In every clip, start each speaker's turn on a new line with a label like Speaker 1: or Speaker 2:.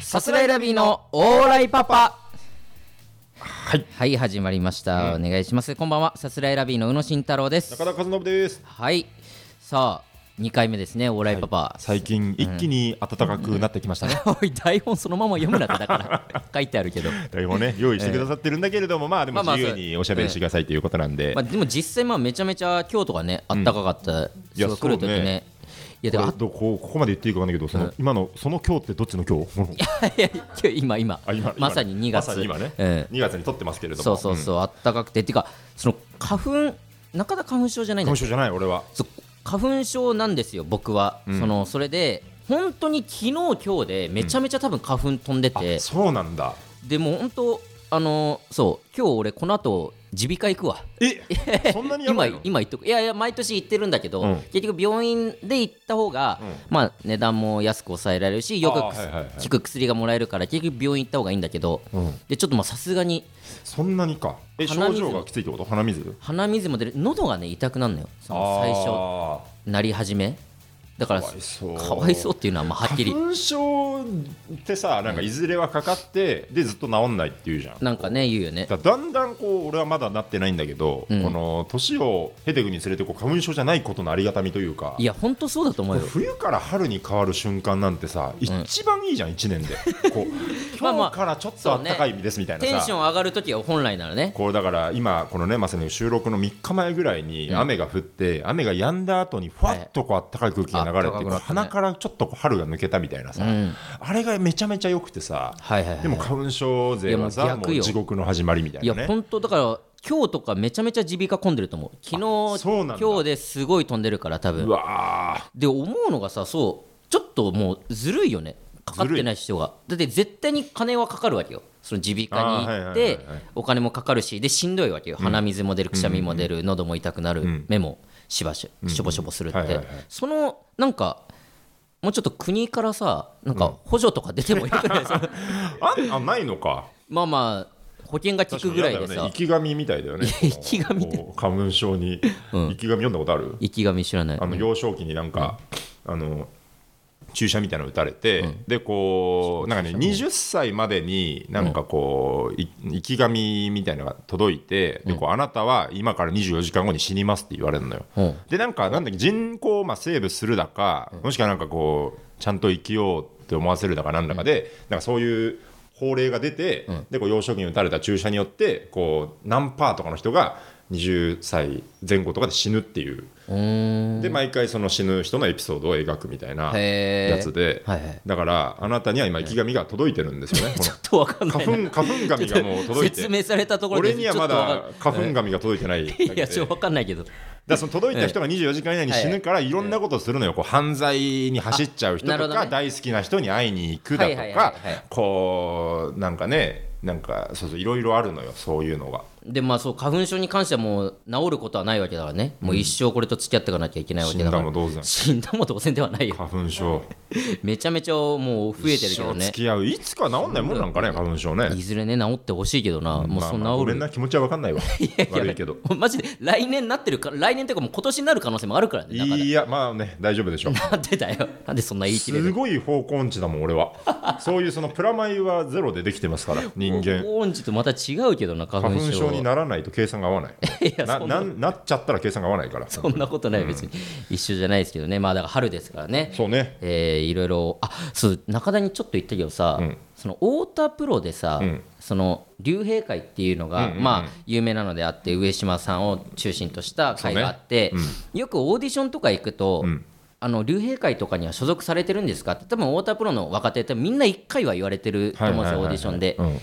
Speaker 1: さすらいラビーのオーライパパ
Speaker 2: はい
Speaker 1: はい始まりました、お願いしますこんばんはさすらいラビーの宇野慎太郎です
Speaker 2: 中田和信です
Speaker 1: はいさあ2回目ですねオーライパパ、
Speaker 2: 最近一気に暖かくなってきましたね、
Speaker 1: おい台本そのまま読むなってだから 書いてあるけど
Speaker 2: 台本ね用意してくださってるんだけれども、まあでも
Speaker 1: まあまあ
Speaker 2: 自由におしゃべりしてくださいということなんで、
Speaker 1: まあでも実際まあめちゃめちゃ京都がねあったかかった
Speaker 2: いや
Speaker 1: そう来るとき
Speaker 2: そう
Speaker 1: ね
Speaker 2: ね
Speaker 1: いやでもあ
Speaker 2: これどうこうここまで言っていいかわかんないけどその、今のその今日ってどっちの今日
Speaker 1: いやいや今今
Speaker 2: あ今今
Speaker 1: まさに2月
Speaker 2: まさに今ね、
Speaker 1: うん
Speaker 2: 2月に撮ってますけれども
Speaker 1: そうそうそう、あったかくてっていうかその花粉中田花粉症じゃないん
Speaker 2: 花
Speaker 1: だ
Speaker 2: 粉
Speaker 1: けど
Speaker 2: 症じゃない俺は
Speaker 1: そう花粉症なんですよ僕は、そのそれで本当に昨日今日でめちゃめちゃ多分花粉飛んで
Speaker 2: あ
Speaker 1: て、
Speaker 2: そうなんだ
Speaker 1: でもう本当あのそう今日俺この後耳鼻科行くわ
Speaker 2: えそんなにや
Speaker 1: 今
Speaker 2: ばいの
Speaker 1: 今言っとくいやいや毎年行ってるんだけど、
Speaker 2: うん
Speaker 1: 結局病院で行った方が、まあ値段も安く抑えられるしよく
Speaker 2: あー
Speaker 1: く
Speaker 2: はいはいはい
Speaker 1: 効く薬がもらえるから結局病院行った方がいいんだけど、
Speaker 2: うん
Speaker 1: でちょっとまあさすがに
Speaker 2: そんなにかえ
Speaker 1: 鼻
Speaker 2: 症
Speaker 1: 水
Speaker 2: 状がきついってこと鼻水
Speaker 1: 鼻水も出る喉がね痛くなるのよその最初
Speaker 2: あ
Speaker 1: なり始めだから
Speaker 2: かわいそう
Speaker 1: かわいそうっていうのはまあはっきり
Speaker 2: 花粉症ってさなんかいずれはかかってでずっと治んないって言うじゃん
Speaker 1: なんかね言うよね
Speaker 2: だだんだんこう俺はまだなってないんだけど、
Speaker 1: うん
Speaker 2: この年を経ていくにつれてこう花粉症じゃないことのありがたみというか
Speaker 1: いやほんとそうだと思うよ
Speaker 2: 冬から春に変わる瞬間なんてさ、一番いいじゃん1 年でこう
Speaker 1: まあまあ
Speaker 2: 今日からちょっとあったかいですみたいな
Speaker 1: テ
Speaker 2: さ、
Speaker 1: ンション上がる時は本来ならね
Speaker 2: こうだから今このねまさに収録の3日前ぐらいに
Speaker 1: うん
Speaker 2: 雨が降って、雨が止んだ後にふわっとこうあったかい空気が流れ
Speaker 1: はいあ
Speaker 2: て、
Speaker 1: ったかく
Speaker 2: こ
Speaker 1: な
Speaker 2: う
Speaker 1: ったね
Speaker 2: 鼻からちょっとこう春が抜けたみたいな
Speaker 1: う
Speaker 2: さ、
Speaker 1: ん
Speaker 2: あれがめちゃめちゃ良くてさ、
Speaker 1: はいはいはい
Speaker 2: でも花粉症勢はさ
Speaker 1: いやもう
Speaker 2: も
Speaker 1: 逆よ
Speaker 2: う地獄の始まりみたい
Speaker 1: いや
Speaker 2: なね。
Speaker 1: 本当だから今日とかめちゃめちゃ耳鼻科混んでると思う昨
Speaker 2: あそうなん
Speaker 1: 日
Speaker 2: だ
Speaker 1: 今日ですごい飛んでるから多
Speaker 2: う
Speaker 1: 分
Speaker 2: わー
Speaker 1: で思うのがさそうちょっともうずるいよねかかってない人がだって絶対に金はかかるわけよその耳鼻科に行っ
Speaker 2: あーはいはい
Speaker 1: て
Speaker 2: はいはい
Speaker 1: お金もかかるしでしんどいわけよ鼻水も出るくしゃみも出る喉も痛くなる
Speaker 2: ん
Speaker 1: 目もしばししょぼしょぼするっ
Speaker 2: はいはい
Speaker 1: て
Speaker 2: はい
Speaker 1: そのなんかもうちょっと国からさなんか補助とか出てもよくないです か
Speaker 2: ああないのか
Speaker 1: まあまあ保険が効くぐらいで
Speaker 2: 確かに嫌だよ
Speaker 1: さ
Speaker 2: ね、生き神みたいだよ ね
Speaker 1: 生き神って
Speaker 2: こう花粉症に生き神読んだことある、
Speaker 1: 生き神知らない
Speaker 2: あの幼少期になんか、あの注射みたいなの打たれて、でこうなんかね20歳までになんかこう、い生き神みたいなのが届いて、でこうあなたは今から24時間後に死にますって言われるのよ、
Speaker 1: うん
Speaker 2: でなんかなんだっけ人口をまあセーブするだか、もしくはなんかこうちゃんと生きようって思わせるだかなんだかで、なんかそういう法令が出て、でこう幼少期に打たれた注射によってこう何パーとかの人が20歳前後とかで死ぬっていう、
Speaker 1: うーん
Speaker 2: で毎回その死ぬ人のエピソードを描くみたいな
Speaker 1: へー
Speaker 2: やつで、
Speaker 1: はいはい
Speaker 2: だからあなたには今生き神が届いてるんですよね、この
Speaker 1: ちょっとわかんないな
Speaker 2: 花粉花粉神がもう届いて
Speaker 1: 説明されたところで
Speaker 2: 俺にはまだ花粉神が届いてないだけ
Speaker 1: い
Speaker 2: で
Speaker 1: やちょっとわかんないけど
Speaker 2: だからその届いた人が24時間以内に死ぬからいろんなことをするのよこう犯罪に走っちゃう人
Speaker 1: あなるほ
Speaker 2: と
Speaker 1: ど
Speaker 2: か
Speaker 1: ね
Speaker 2: 大好きな人に会いに行くだと
Speaker 1: はいはいは
Speaker 2: か
Speaker 1: いはい
Speaker 2: こうなんかねなんかそうそういろいろあるのよそういうのが
Speaker 1: でまあそう花粉症に関してはもう治ることはないわけだからねもう一生これと付き合っていかなきゃいけないわ
Speaker 2: 死
Speaker 1: け
Speaker 2: ん
Speaker 1: だか
Speaker 2: だ
Speaker 1: ら
Speaker 2: も同然
Speaker 1: 死んだも同然ではないよ
Speaker 2: 花粉症
Speaker 1: めちゃめちゃもう増えてるけど
Speaker 2: 一生
Speaker 1: ね
Speaker 2: 付き合ういつか治んないもんなんかね花粉症ね
Speaker 1: いずれね治ってほしいけどな、もう
Speaker 2: まあ
Speaker 1: そ
Speaker 2: まあ
Speaker 1: の
Speaker 2: ご
Speaker 1: 治
Speaker 2: めん
Speaker 1: る、
Speaker 2: な気持ちは分かんな いわ悪いけど
Speaker 1: マジで来年なってるか来年というかもう今年になる可能性もあるからねだから
Speaker 2: いやまあね大丈夫でしょう
Speaker 1: なんでだよなんでそんな言い 切れ
Speaker 2: す
Speaker 1: る
Speaker 2: ごい方向音痴だもん俺はそういうそのプラマイはゼロでできてますから人間
Speaker 1: オンジとまた違うけどな花
Speaker 2: 花
Speaker 1: 粉
Speaker 2: 粉
Speaker 1: 症
Speaker 2: 症にならないと計算が合わない
Speaker 1: いや
Speaker 2: な
Speaker 1: そんな
Speaker 2: ななっちゃったら計算が合わないから
Speaker 1: そんなことない別に、一緒じゃないですけどねまあだから春ですからね
Speaker 2: そうね
Speaker 1: えーいろいろあそう中田にちょっと言ったけどさ、
Speaker 2: うん
Speaker 1: その太田プロでさ、
Speaker 2: ん
Speaker 1: その竜兵会っていうのが、
Speaker 2: うんうんうん
Speaker 1: まあ、有名なのであって上島さんを中心とした会があって、
Speaker 2: そうね
Speaker 1: よくオーディションとか行くと、
Speaker 2: うん
Speaker 1: あの竜兵会とかには所属されてるんですかって多分太田プロの若手ってみんな1回は言われてると思うんですよ、
Speaker 2: はいはいはいはい
Speaker 1: オーディションで。
Speaker 2: うん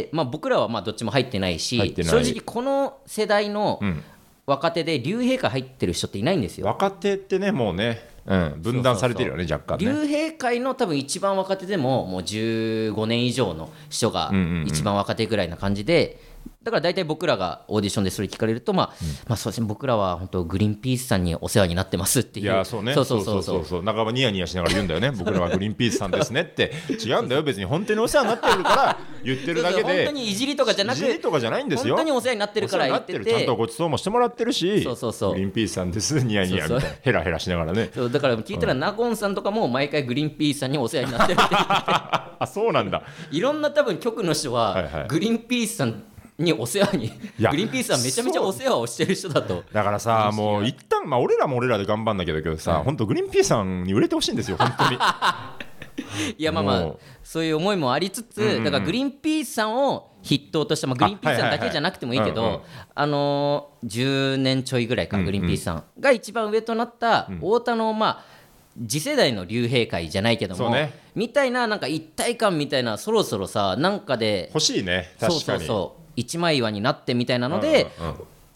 Speaker 1: で、まあ、僕らはまあどっちも入ってないし
Speaker 2: 入ってない
Speaker 1: 正直この世代の
Speaker 2: うん
Speaker 1: 若手で竜兵会入ってる人っていないんですよ。
Speaker 2: 若手ってねもうね、うん、分断されてるよね若干ね
Speaker 1: 竜兵会の多分一番若手でももう15年以上の人が
Speaker 2: うんうんうん
Speaker 1: 一番若手ぐらいな感じでだから大体僕らがオーディションでそれ聞かれると、まあまあ、そうですね僕らは本当グリーンピースさんにお世話になってますっていう
Speaker 2: いやそうね
Speaker 1: そうそうそう
Speaker 2: そ
Speaker 1: そうう
Speaker 2: そう仲間ニヤニヤしながら言うんだよね僕らはグリーンピースさんですねって違うんだよ別に本当にお世話になってるから言ってるだけ
Speaker 1: そうそう本
Speaker 2: で
Speaker 1: 当にいじりとかじゃなく
Speaker 2: いじりとかじゃないんですよ
Speaker 1: 本当にお世話になってるから言ってて
Speaker 2: お世話になるちゃんとごちそうもしてもらってるし
Speaker 1: そうそうそう
Speaker 2: グリーンピースさんですニヤニヤみたいな
Speaker 1: そうそ
Speaker 2: ヘラヘラしながらね
Speaker 1: そうだから聞いたら、ナゴンさんとかも毎回グリーンピースさんにお世話にな ってるって
Speaker 2: あそうなんだ
Speaker 1: いろんな多分局の人
Speaker 2: はいは
Speaker 1: はいグリーンピースさんにお世話に
Speaker 2: いや
Speaker 1: グリーンピースさんめちゃめちゃお世話をしてる人だと
Speaker 2: だからさもう一旦まあ俺らも俺らで頑張んなきゃだけどさ、本当グリーンピースさんに売れてほしいんで すよ本当に
Speaker 1: いやまあまあ
Speaker 2: もう
Speaker 1: そういう思いもありつつ、だからグリーンピースさんを筆頭として、まあ、グリーンピースさんだけじゃなくてもいいけ
Speaker 2: はいはいはい
Speaker 1: どあのー10年ちょいぐらいかグリーンピースさんが一番上となった太田のまあ次世代の竜兵会じゃないけど
Speaker 2: そう
Speaker 1: も、
Speaker 2: ね
Speaker 1: みたいななんか一体感みたいなそろそろさなんかで
Speaker 2: 欲しいね
Speaker 1: そう
Speaker 2: 確
Speaker 1: そ
Speaker 2: か
Speaker 1: う
Speaker 2: に
Speaker 1: そう一枚岩になってみたいなので、
Speaker 2: うんうん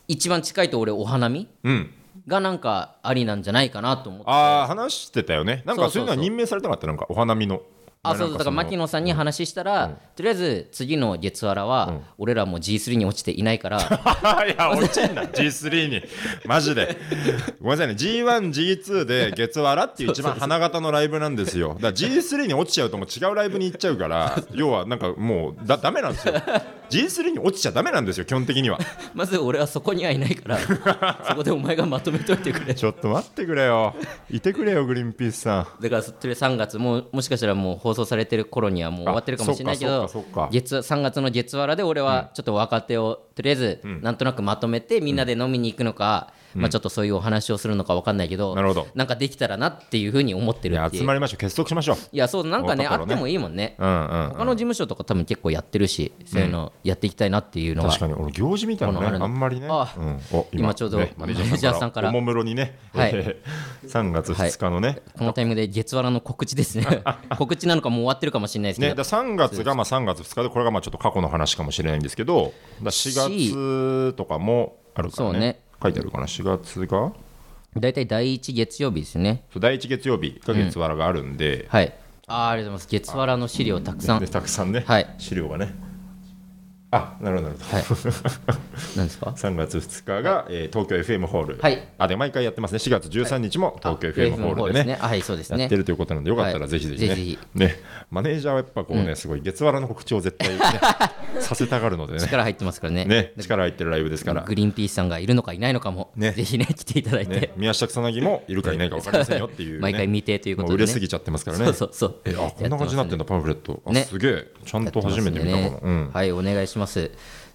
Speaker 1: 一番近いと俺お花見
Speaker 2: うん、うん
Speaker 1: がなんかありなんじゃないかなと思って
Speaker 2: ああ話してたよねなんか
Speaker 1: そ
Speaker 2: そう
Speaker 1: そうそう
Speaker 2: ういうのは任命されたかったなんかお花見の
Speaker 1: あそうそう
Speaker 2: なん
Speaker 1: だから
Speaker 2: の
Speaker 1: 牧野さんに話したら、とりあえず次の月原は、俺らもう G3 に落ちていないから
Speaker 2: いや、落ちんな、G3 に。マジで。ごめんなさいね、G1、G2 で月わらっていう一番花形のライブなんですよ。だから G3 に落ちちゃうともう違うライブに行っちゃう から、要はなんかもうだダメなんですよ。G3 に落ちちゃダメなんですよ、基本的には。
Speaker 1: まず俺はそこにはいない からそこでお前がまとめといてくれ
Speaker 2: ちょっと待ってくれよ。いてくれよ、グリーンピースさん。
Speaker 1: だからとりあえず3月もうもしかしたらもう放送されてる頃にはもう終わってるかもしれないけ
Speaker 2: あ
Speaker 1: ど
Speaker 2: そっかそっかそっか
Speaker 1: 月3月の月原で俺はちょっと若手をとりあえずなんとなくまとめてみんなで飲みに行くのか、まあ、ちょっとそういうお話をするのか分かんないけど,、
Speaker 2: なるほど
Speaker 1: んかできたらなっていうふうに思って
Speaker 2: い
Speaker 1: る
Speaker 2: や
Speaker 1: ってい
Speaker 2: 集
Speaker 1: う
Speaker 2: まりましょう、結束しましょう。
Speaker 1: いやそうなんかね
Speaker 2: 終わった
Speaker 1: あ
Speaker 2: 頃
Speaker 1: っ
Speaker 2: ね
Speaker 1: てもいいもんね
Speaker 2: うんうん、
Speaker 1: 他の事務所とか多分結構やってるし、そういうのやっていきたいなっていうのは
Speaker 2: 確かに俺行事みたいな
Speaker 1: このあれ
Speaker 2: のねあんまりね、
Speaker 1: あ
Speaker 2: うんお
Speaker 1: 今ちょうど
Speaker 2: ねマネージャーさんからお
Speaker 1: マネージャーさんから
Speaker 2: もむろにね、
Speaker 1: はい
Speaker 2: えー3月2日のね、
Speaker 1: このタイミングで月原の告知です ね告知なのかもう終わってるかもしれないですけ
Speaker 2: ね、
Speaker 1: ど、
Speaker 2: だから3月がまあ3月2日でこれがまあちょっと過去の話かもしれないんですけどだ4月とかもあるから
Speaker 1: そ
Speaker 2: ね
Speaker 1: うね
Speaker 2: 書いてあるかな4月が
Speaker 1: だいたい第1月曜日ですね
Speaker 2: そう第1月曜日が月わらがあるんで,、
Speaker 1: はいあーありがとうございます月原の資料たくさん
Speaker 2: でたくさんね、
Speaker 1: はい
Speaker 2: 資料がねあなるほどなるほど、
Speaker 1: はいなんですか
Speaker 2: 3月2日が、えー東京 FM ホール、
Speaker 1: はい
Speaker 2: あで毎回やってますね4月13日も東京 FM ホールでね,、
Speaker 1: ねはいそうです
Speaker 2: や
Speaker 1: ね
Speaker 2: ってるということなんで、よかった
Speaker 1: は
Speaker 2: ら
Speaker 1: い
Speaker 2: ぜひぜひね,、
Speaker 1: ぜひぜ
Speaker 2: ね、マネージャーはやっぱこうね、すごい月わらの告知を 絶対、ね、させたがるのでね、
Speaker 1: 力入ってますからね
Speaker 2: ね、力入ってるライブですから、
Speaker 1: グリーンピースさんがいるのかいないのかも、
Speaker 2: ね
Speaker 1: ぜひね来ていただいて、
Speaker 2: ね、宮下草薙もいるかいないか分かりませんよっていう、ね、
Speaker 1: 毎回未定ということ
Speaker 2: も
Speaker 1: で、ね、
Speaker 2: 売れすぎちゃってますからね。
Speaker 1: そうそうそう
Speaker 2: えあこんな感じになってんだ、パンフレット。あ
Speaker 1: ね
Speaker 2: すげえ、ちゃんと初めて見
Speaker 1: や
Speaker 2: たも
Speaker 1: ってます
Speaker 2: の。う
Speaker 1: ね
Speaker 2: ん、
Speaker 1: はいお願いします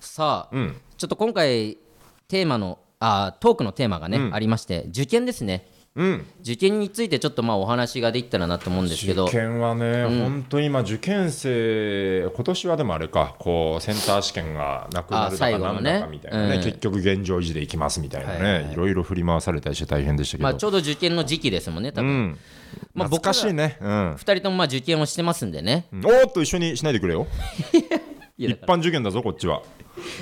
Speaker 1: さあ、
Speaker 2: ん
Speaker 1: ちょっと今回テーマのあトークのテーマがね、ありまして受験ですね
Speaker 2: うん、
Speaker 1: 受験についてちょっとまあお話ができたらなと思うんですけど
Speaker 2: 受験はね、本当今、受験生、今年はでもあれか、こうセンター試験がなくな
Speaker 1: あ
Speaker 2: るだ
Speaker 1: 最
Speaker 2: か
Speaker 1: 後
Speaker 2: な
Speaker 1: の
Speaker 2: ん
Speaker 1: ね
Speaker 2: だかみたいなね、
Speaker 1: うん
Speaker 2: 結局、現状維持でいきますみたいなね、
Speaker 1: はい
Speaker 2: いろいろ振り回されたりして大変でしたけど、
Speaker 1: まあちょうど受験の時期ですもんね多分、
Speaker 2: うん、
Speaker 1: まあ
Speaker 2: 懐かしいね、うん、
Speaker 1: 2人ともまあ受験をしてますんでね
Speaker 2: うんおーっと、一緒にしないでくれよ、
Speaker 1: いやだ
Speaker 2: 一
Speaker 1: か
Speaker 2: 般受験だぞ、こっちは。
Speaker 1: ら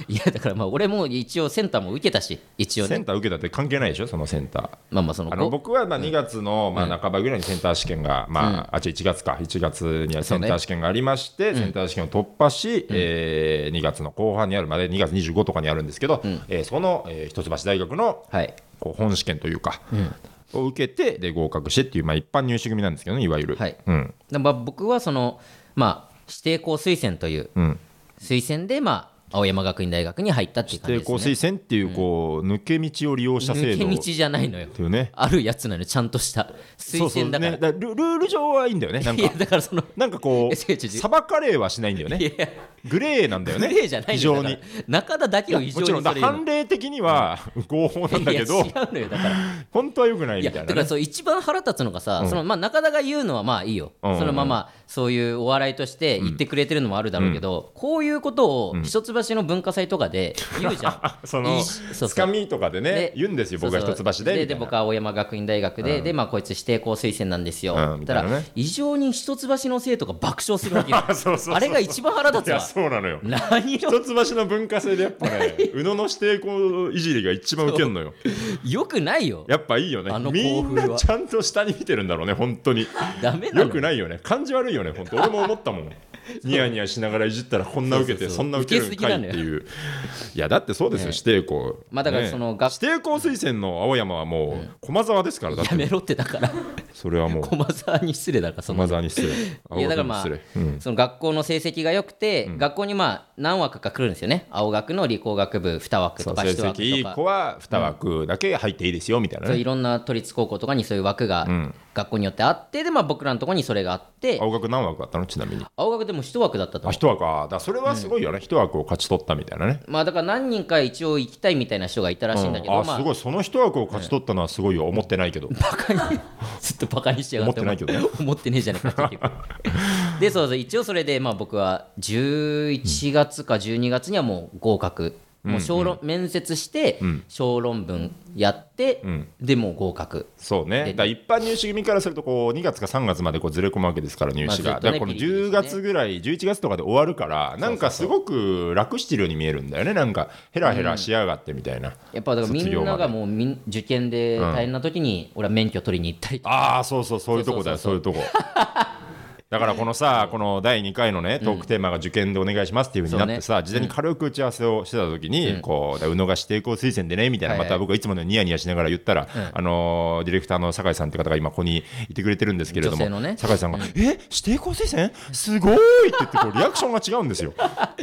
Speaker 1: いやだからまあ俺も一応センターも受けたし一応
Speaker 2: セ
Speaker 1: ね
Speaker 2: ンター受けたって関係ないでしょ、そのセンター。
Speaker 1: まあまあその
Speaker 2: あの
Speaker 1: こ
Speaker 2: 僕はまあ2月のまあ半ばぐらいにセンター試験が、まあ、あ、違う1月か、1月にはセンター試験がありまして、センター試験を突破し、えー2月の後半にあるまで、2月25とかにあるんですけど、えーそこの、えー一橋大学の
Speaker 1: はい
Speaker 2: こう本試験というか、を受けてで合格してっていう、まあ、一般入試組なんですけどね、いわゆる。
Speaker 1: はい
Speaker 2: うん
Speaker 1: でまあ僕はそのまあ指定校推薦という
Speaker 2: うん、
Speaker 1: 推薦でまあ青山学院大学に入ったっていう感じ
Speaker 2: 抵
Speaker 1: です
Speaker 2: 抗
Speaker 1: ね
Speaker 2: 推薦っていうこう、抜け道を利用した制度
Speaker 1: 抜け道
Speaker 2: っ
Speaker 1: じゃないのよ
Speaker 2: ていうね。
Speaker 1: あるやつなのよちゃんとした推薦だから
Speaker 2: そうそうね、ルルール上はいいんだよね、なん
Speaker 1: いや
Speaker 2: か。
Speaker 1: だからその
Speaker 2: なんかこう、
Speaker 1: いや違う違う違う
Speaker 2: サバカレーはしないんだよね。
Speaker 1: いや
Speaker 2: グレーなんだよね。
Speaker 1: グレーじゃない
Speaker 2: 非
Speaker 1: んだよ
Speaker 2: 常に
Speaker 1: だ。から中田だけを異常
Speaker 2: も
Speaker 1: に
Speaker 2: ちろん、だ
Speaker 1: それ
Speaker 2: から
Speaker 1: 言う
Speaker 2: 判例的には合法なんだけど
Speaker 1: い、や違うのよだから
Speaker 2: 本当はよくな
Speaker 1: い
Speaker 2: いみ
Speaker 1: やだ
Speaker 2: たいな
Speaker 1: か
Speaker 2: ね
Speaker 1: ら。そう一番腹立つのがさ、そのまあ中田が言うのはまあいいよ、
Speaker 2: うんうんうん。
Speaker 1: そのままそういうお笑いとして言ってくれてるのもあるだろうけど、こういうことを一橋の文化祭とかで言うじゃん
Speaker 2: その
Speaker 1: いいしそう
Speaker 2: つ
Speaker 1: そう
Speaker 2: かみとかでね
Speaker 1: で
Speaker 2: 言うんですよ僕は
Speaker 1: そう
Speaker 2: 一
Speaker 1: そう
Speaker 2: 橋でみたいな
Speaker 1: で僕は青山学院大学で、でまあこいつ指定校推薦なんですよ、
Speaker 2: うんみたいなね
Speaker 1: だから異常に一橋の生徒が爆笑するわ けよ
Speaker 2: そうそうそう
Speaker 1: あれが一番腹立
Speaker 2: い
Speaker 1: つ
Speaker 2: や
Speaker 1: わ
Speaker 2: そうなのよ
Speaker 1: 何を
Speaker 2: 一橋の文化祭でやっ ぱね宇野の指定校いじりが一番ウケんのよ
Speaker 1: よくないよ
Speaker 2: やっぱいいよね
Speaker 1: あの
Speaker 2: み
Speaker 1: 興
Speaker 2: ん
Speaker 1: 奮は
Speaker 2: なちゃんと下に見てるんだろうね本当に
Speaker 1: ダメなの
Speaker 2: よくな いよね感じ悪いよね本当俺も思ったもんニヤニヤしながらいじったらこんなウケ
Speaker 1: そ
Speaker 2: て
Speaker 1: うそうそう
Speaker 2: そんなウケるんかいっていういやだってそうですよ、指定校
Speaker 1: まあだからその学
Speaker 2: 指定校推薦の青山はもう駒沢ですからだっ
Speaker 1: やめ
Speaker 2: て
Speaker 1: ろってだから
Speaker 2: それはもう
Speaker 1: 駒沢に失礼だからその
Speaker 2: 駒沢に失礼青
Speaker 1: いやだから
Speaker 2: 学に
Speaker 1: まあ、
Speaker 2: 失礼、うん
Speaker 1: その学校の成績が良くて、学校にまあ何枠か来るんですよね青学の理工学部2枠
Speaker 2: そ
Speaker 1: と
Speaker 2: う
Speaker 1: か
Speaker 2: 成
Speaker 1: 1
Speaker 2: 績いい
Speaker 1: 枠と
Speaker 2: 子
Speaker 1: か
Speaker 2: は2枠だけ入っていいですよみたいな
Speaker 1: そうい
Speaker 2: ね
Speaker 1: ろんな都立高校とかにそういう枠が
Speaker 2: ん
Speaker 1: 学校によってあってでまあ僕らのところにそれがあって
Speaker 2: 青学何枠あったのちなみに
Speaker 1: 青学でも1枠だったと
Speaker 2: あ
Speaker 1: 思
Speaker 2: 1枠あだからそれはすごいよね1枠を勝ち取ったみたいなね
Speaker 1: うまあだから何人か一応行きたいみたいな人がいたらしいんだけど、
Speaker 2: うんあ
Speaker 1: まあ
Speaker 2: すごいその1枠を勝ち取ったのはすごいよ思ってないけど
Speaker 1: バカにずっとバカにしてやがって
Speaker 2: 思ってないけ
Speaker 1: 思ってねえじゃねえか結 局でそうそう一応それでまあ僕は11月か12月にはもう合格、もう小論、面接して、小論文やって、でもう合格
Speaker 2: そうね、
Speaker 1: で
Speaker 2: だから一般入試組からするとこう2月か3月までこうずれ込むわけですから入試が、
Speaker 1: まあず
Speaker 2: だ
Speaker 1: っとね
Speaker 2: からこの
Speaker 1: ピリピリし
Speaker 2: 10
Speaker 1: てね
Speaker 2: 月ぐらい11月とかで終わるからなんかすごく楽してるように見えるんだよねなんかヘラヘラしやがってみたいな、
Speaker 1: やっぱだからみ
Speaker 2: 卒業
Speaker 1: ん
Speaker 2: ま
Speaker 1: な
Speaker 2: で
Speaker 1: がもうみん受験で大変な時に俺は免許取りに行ったりとか
Speaker 2: ああそうそうそういうとこだよそういうとこだからこのさこの第2回のねトークテーマが受験でお願いしますっていう風になってさ、事前に軽く打ち合わせをしてた時に、こうだ宇野が指定校推薦でねみたいな、
Speaker 1: はいはい
Speaker 2: また僕はいつものようにニヤニヤしながら言ったら、あのーディレクターの酒井さんって方が今ここにいてくれてるんですけれど
Speaker 1: 女
Speaker 2: も、
Speaker 1: 性のね
Speaker 2: 酒井さんが「え指定校推薦すごい!」って言ってこうリアクションが違うんですよ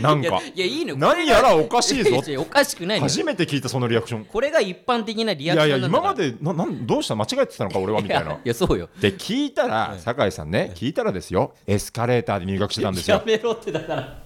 Speaker 2: なん
Speaker 1: いや
Speaker 2: か
Speaker 1: いやいいのよこれ
Speaker 2: 何やらおかしいぞ
Speaker 1: ややおかし くないのよ
Speaker 2: 初めて聞いたそのリアクション
Speaker 1: これが一般的な
Speaker 2: い
Speaker 1: リアク
Speaker 2: や
Speaker 1: ショ
Speaker 2: いや
Speaker 1: ンなん
Speaker 2: 今
Speaker 1: だか
Speaker 2: ま
Speaker 1: ら
Speaker 2: でななんどうした間違えてたのか俺はみたいな
Speaker 1: や。いやそうよ
Speaker 2: で聞いたら、酒井さんね聞いたらですよエスカレーターで入学してたんです
Speaker 1: や
Speaker 2: よ
Speaker 1: めろってだから